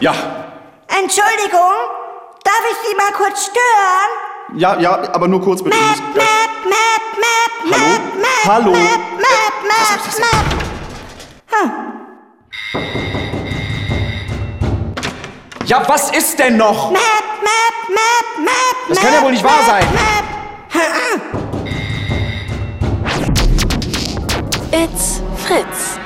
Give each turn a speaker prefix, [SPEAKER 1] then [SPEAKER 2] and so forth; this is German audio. [SPEAKER 1] Ja,
[SPEAKER 2] Entschuldigung, darf ich Sie mal kurz stören?
[SPEAKER 1] ja, ja, aber nur kurz bitte. Ich muss
[SPEAKER 2] Map,
[SPEAKER 1] gleich-
[SPEAKER 2] map, map, map,
[SPEAKER 1] Hallo?
[SPEAKER 2] map,
[SPEAKER 1] Hallo?
[SPEAKER 2] map, map, map, map, map. Hm,
[SPEAKER 3] Ja, was ist denn noch?
[SPEAKER 2] map, map, map, map,
[SPEAKER 3] Das kann ja
[SPEAKER 2] map,
[SPEAKER 3] wohl nicht wahr
[SPEAKER 2] map,
[SPEAKER 3] sein.
[SPEAKER 2] Map.
[SPEAKER 4] It's Fritz.